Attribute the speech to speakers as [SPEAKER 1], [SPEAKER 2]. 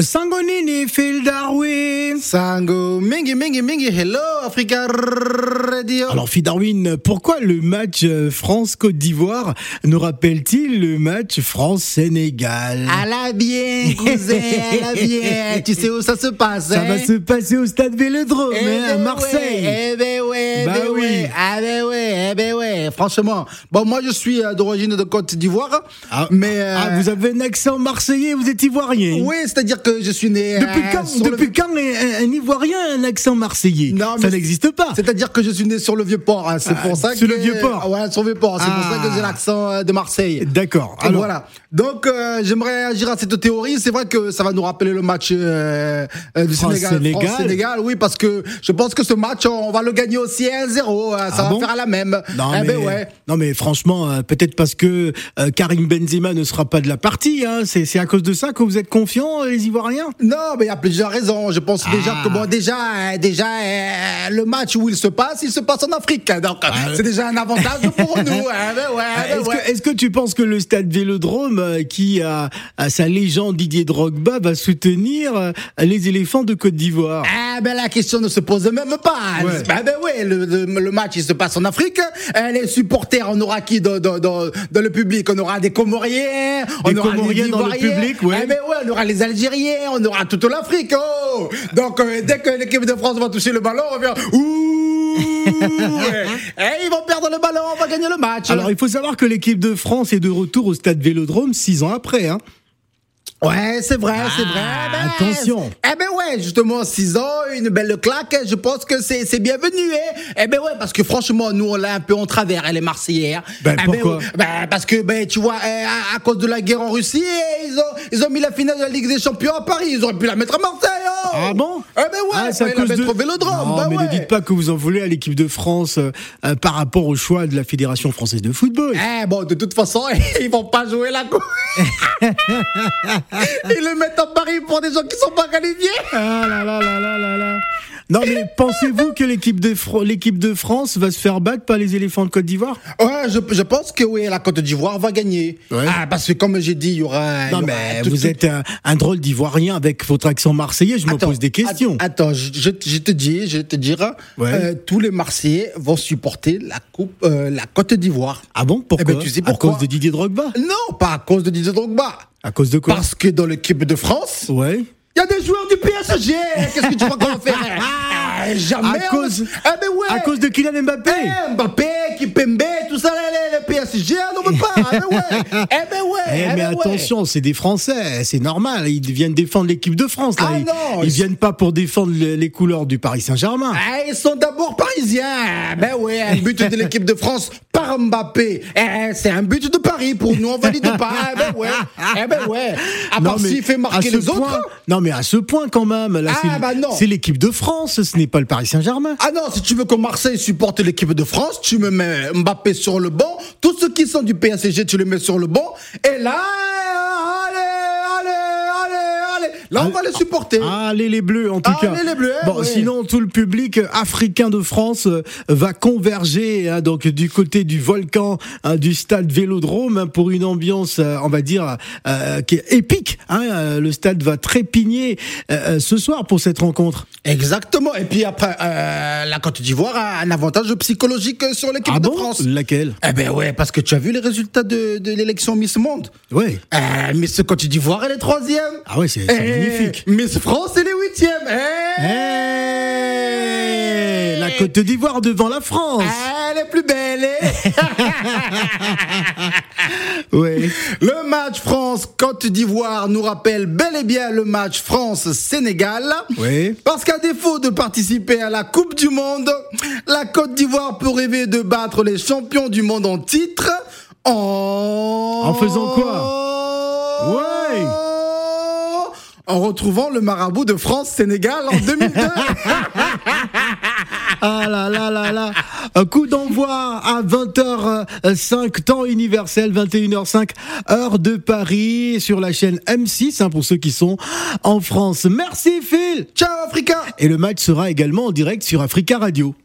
[SPEAKER 1] Sangonini, Phil Darwin.
[SPEAKER 2] Sango, mingi, mingi, mingi, hello Africa Radio.
[SPEAKER 1] Alors, Phil Darwin, pourquoi le match euh, France-Côte d'Ivoire nous rappelle-t-il le match France-Sénégal
[SPEAKER 2] à la bien, cousin, à la bien. Tu sais où ça se passe,
[SPEAKER 1] Ça
[SPEAKER 2] hein?
[SPEAKER 1] va se passer au stade Vélodrome,
[SPEAKER 2] Eh
[SPEAKER 1] hein, à
[SPEAKER 2] ben
[SPEAKER 1] Marseille.
[SPEAKER 2] ouais, eh ben ouais, eh
[SPEAKER 1] Bah
[SPEAKER 2] ben
[SPEAKER 1] oui.
[SPEAKER 2] ouais, ah ben ouais, eh ben ouais. Franchement, bon, moi je suis euh, d'origine de Côte d'Ivoire,
[SPEAKER 1] Ah,
[SPEAKER 2] mais euh,
[SPEAKER 1] ah, vous avez un accent marseillais, vous êtes ivoirien.
[SPEAKER 2] oui, c'est-à-dire que je suis né.
[SPEAKER 1] Depuis
[SPEAKER 2] euh,
[SPEAKER 1] quand,
[SPEAKER 2] sur le-
[SPEAKER 1] depuis quand un, un ivoirien a un accent marseillais
[SPEAKER 2] Non, mais
[SPEAKER 1] Ça n'existe pas.
[SPEAKER 2] C'est-à-dire que je suis né sur le vieux port. hein, C'est
[SPEAKER 1] Ah,
[SPEAKER 2] pour ça
[SPEAKER 1] sur
[SPEAKER 2] que-
[SPEAKER 1] le Vieux-Port.
[SPEAKER 2] Ah, Ouais, sur le vieux port. C'est
[SPEAKER 1] Ah.
[SPEAKER 2] pour ça que j'ai l'accent euh, de Marseille.
[SPEAKER 1] D'accord.
[SPEAKER 2] Et
[SPEAKER 1] alors-
[SPEAKER 2] voilà. Donc euh, j'aimerais agir à cette théorie. C'est vrai que ça va nous rappeler le match euh, euh, du
[SPEAKER 1] France-Sénégal.
[SPEAKER 2] Sénégal. France-Sénégal, oui, parce que je pense que ce match, on va le gagner aussi 1-0. hein, Ça
[SPEAKER 1] Ah
[SPEAKER 2] va
[SPEAKER 1] bon
[SPEAKER 2] faire à la même.
[SPEAKER 1] Non,
[SPEAKER 2] Eh
[SPEAKER 1] mais,
[SPEAKER 2] ben ouais.
[SPEAKER 1] non mais franchement, euh, peut-être parce que euh, Karim Benzema ne sera pas de la partie. Hein, c'est c'est à cause de ça que vous êtes confiants, euh, les Ivoiriens
[SPEAKER 2] Non, mais il y a plusieurs raisons. Je pense déjà
[SPEAKER 1] Ah.
[SPEAKER 2] que bon, déjà, euh, déjà euh, le match où il se passe, il se passe en Afrique. hein, Donc c'est déjà un avantage pour nous. hein, ben ouais,
[SPEAKER 1] Ah,
[SPEAKER 2] ben
[SPEAKER 1] Est-ce
[SPEAKER 2] ouais.
[SPEAKER 1] que, est-ce que tu penses que le stade Vélodrome, euh, qui a, a sa légende Didier Drogba, va soutenir euh, les éléphants de Côte d'Ivoire
[SPEAKER 2] Ah ben la question ne se pose même pas.
[SPEAKER 1] Ouais.
[SPEAKER 2] Ah ben ouais, le, le- le match il se passe en Afrique. Euh, Les supporters, on aura qui dans, dans- dans- dans le public On aura des Comoriens, on
[SPEAKER 1] Des
[SPEAKER 2] aura
[SPEAKER 1] Comoriens
[SPEAKER 2] des
[SPEAKER 1] dans le
[SPEAKER 2] Ivoiriens.
[SPEAKER 1] public, ouais.
[SPEAKER 2] Ah ben ouais, on aura les Algériens, on aura toute l'Afrique. oh Donc euh, dès que l'équipe de France va toucher le ballon, on va dire ouh. Eh, ils vont perdre le ballon, on va gagner le match.
[SPEAKER 1] Alors il faut savoir que l'équipe de France est de retour au stade Vélodrome six ans après. Hein.
[SPEAKER 2] Ouais, c'est vrai, c'est vrai.
[SPEAKER 1] Ah,
[SPEAKER 2] Ben,
[SPEAKER 1] attention.
[SPEAKER 2] Eh ben ouais, justement, 6 ans, une belle claque, je pense que c'est c'est bienvenu. Hein. Eh ben ouais, parce que franchement, nous, on l'a un peu en travers, hein, elle est marseillaise.
[SPEAKER 1] Ben,
[SPEAKER 2] Eh
[SPEAKER 1] pourquoi
[SPEAKER 2] ouais, ben, Parce que, ben, tu vois, eh, à, à cause de la guerre en Russie, eh, ils, ont, ils ont mis la finale de la Ligue des Champions à Paris. Ils auraient pu la mettre à Marseille. oh.
[SPEAKER 1] Ah bon
[SPEAKER 2] Eh ben ouais,
[SPEAKER 1] Ah, c'est à
[SPEAKER 2] ils la
[SPEAKER 1] cause
[SPEAKER 2] mettre
[SPEAKER 1] de-
[SPEAKER 2] au Vélodrome.
[SPEAKER 1] Non,
[SPEAKER 2] ben
[SPEAKER 1] mais
[SPEAKER 2] ouais.
[SPEAKER 1] ne dites pas que vous en voulez à l'équipe de France euh, euh, par rapport au choix de la Fédération française de football.
[SPEAKER 2] Eh bon, de toute façon, ils vont pas jouer la coupe. ils le mettent à Paris pour des gens qui sont pas qualifiés.
[SPEAKER 1] Ah là là là là là là. Non mais pensez-vous que l'équipe de, Fro- l'équipe de France va se faire battre par les éléphants de Côte d'Ivoire
[SPEAKER 2] Ouais, Ah, je, je pense que oui, la Côte d'Ivoire va gagner.
[SPEAKER 1] Ouais.
[SPEAKER 2] Ah, parce que comme j'ai dit, il y aura.
[SPEAKER 1] Non
[SPEAKER 2] il y
[SPEAKER 1] mais
[SPEAKER 2] aura tout-
[SPEAKER 1] vous êtes un, un drôle d'Ivoirien avec votre accent marseillais, je me
[SPEAKER 2] Attends,
[SPEAKER 1] pose des questions.
[SPEAKER 2] att- Attends, je, je- je te dis, je te dirai.
[SPEAKER 1] Ouais.
[SPEAKER 2] euh, tous les Marseillais vont supporter la coupe, euh, la Côte d'Ivoire.
[SPEAKER 1] Ah bon Pourquoi
[SPEAKER 2] Eh ben, tu sais pourquoi
[SPEAKER 1] À cause de Didier Drogba
[SPEAKER 2] Non, pas à cause de Didier Drogba.
[SPEAKER 1] À cause de quoi
[SPEAKER 2] Parce que dans l'équipe de France,
[SPEAKER 1] Ouais.
[SPEAKER 2] il y a des joueurs du PSG. Qu'est-ce que tu crois qu'on va faire Ah, Jamais.
[SPEAKER 1] À
[SPEAKER 2] on-
[SPEAKER 1] cause-
[SPEAKER 2] Ah ben ouais.
[SPEAKER 1] À cause de Kylian Mbappé
[SPEAKER 2] Eh, Mbappé, Kipembe, tout ça, les, les PSG, on ne veut pas. Ah ben ouais. Eh ben ouais.
[SPEAKER 1] Eh, mais
[SPEAKER 2] ben ouais.
[SPEAKER 1] attention, c'est des Français, c'est normal. Ils viennent défendre l'équipe de France. Là.
[SPEAKER 2] Ah
[SPEAKER 1] ils,
[SPEAKER 2] non,
[SPEAKER 1] ils
[SPEAKER 2] ils-
[SPEAKER 1] viennent pas pour défendre le- les couleurs du Paris Saint-Germain.
[SPEAKER 2] Ah, ils sont d'abord parisiens. Ben ouais, un but de l'équipe de France par Mbappé. Eh, c'est un but de Paris pour nous, on valide pas. Eh ben ouais. Eh ben ouais. À part s'il fait
[SPEAKER 1] à
[SPEAKER 2] marquer
[SPEAKER 1] ce
[SPEAKER 2] les
[SPEAKER 1] point-
[SPEAKER 2] autres.
[SPEAKER 1] Non, mais à ce point quand même. Là,
[SPEAKER 2] Ah,
[SPEAKER 1] c'est-
[SPEAKER 2] bah non.
[SPEAKER 1] c'est l'équipe de France, ce n'est pas le Paris Saint-Germain.
[SPEAKER 2] Ah non, si tu veux que Marseille supporte l'équipe de France, tu me mets Mbappé sur le banc. Tous ceux qui sont du PSG, tu les mets sur le banc. Et là, allez, allez, allez, allez. Là, on va les supporter.
[SPEAKER 1] Allez Ah, les bleus en tout
[SPEAKER 2] Allez,
[SPEAKER 1] cas.
[SPEAKER 2] Ah, les Bleus, eh
[SPEAKER 1] bon,
[SPEAKER 2] ouais.
[SPEAKER 1] sinon tout le public africain de France euh, va converger hein, donc du côté du volcan hein, du stade Vélodrome hein, pour une ambiance euh, on va dire euh, qui est épique hein, euh, le stade va trépigner euh, euh, ce soir pour cette rencontre.
[SPEAKER 2] Exactement. Et puis après, euh, la Côte d'Ivoire a un avantage psychologique sur l'équipe
[SPEAKER 1] ah
[SPEAKER 2] de
[SPEAKER 1] bon
[SPEAKER 2] France.
[SPEAKER 1] Laquelle
[SPEAKER 2] Eh ben ouais, parce que tu as vu les résultats de, de l'élection Miss Monde.
[SPEAKER 1] Ouais.
[SPEAKER 2] Euh, Miss Côte d'Ivoire, elle est troisième.
[SPEAKER 1] Ah ouais, c'est c'est
[SPEAKER 2] Eh,
[SPEAKER 1] magnifique.
[SPEAKER 2] Miss France, elle est huitième. Eh,
[SPEAKER 1] Eh, la Côte d'Ivoire devant la France.
[SPEAKER 2] Elle est plus belle. eh.
[SPEAKER 1] Ouais.
[SPEAKER 2] le match France-Côte d'Ivoire nous rappelle bel et bien le match France-Sénégal.
[SPEAKER 1] Oui.
[SPEAKER 2] Parce qu'à défaut de participer à la Coupe du Monde, la Côte d'Ivoire peut rêver de battre les champions du monde en titre en...
[SPEAKER 1] En faisant
[SPEAKER 2] quoi
[SPEAKER 1] Ouais.
[SPEAKER 2] En retrouvant le marabout de France-Sénégal en 2002.
[SPEAKER 1] Ah là là là là Un Coup d'envoi à 20h05, temps universel, 21h05, heure de Paris, sur la chaîne M6, hein, pour ceux qui sont en France. Merci Phil
[SPEAKER 2] Ciao Africa
[SPEAKER 1] Et le match sera également en direct sur Africa Radio.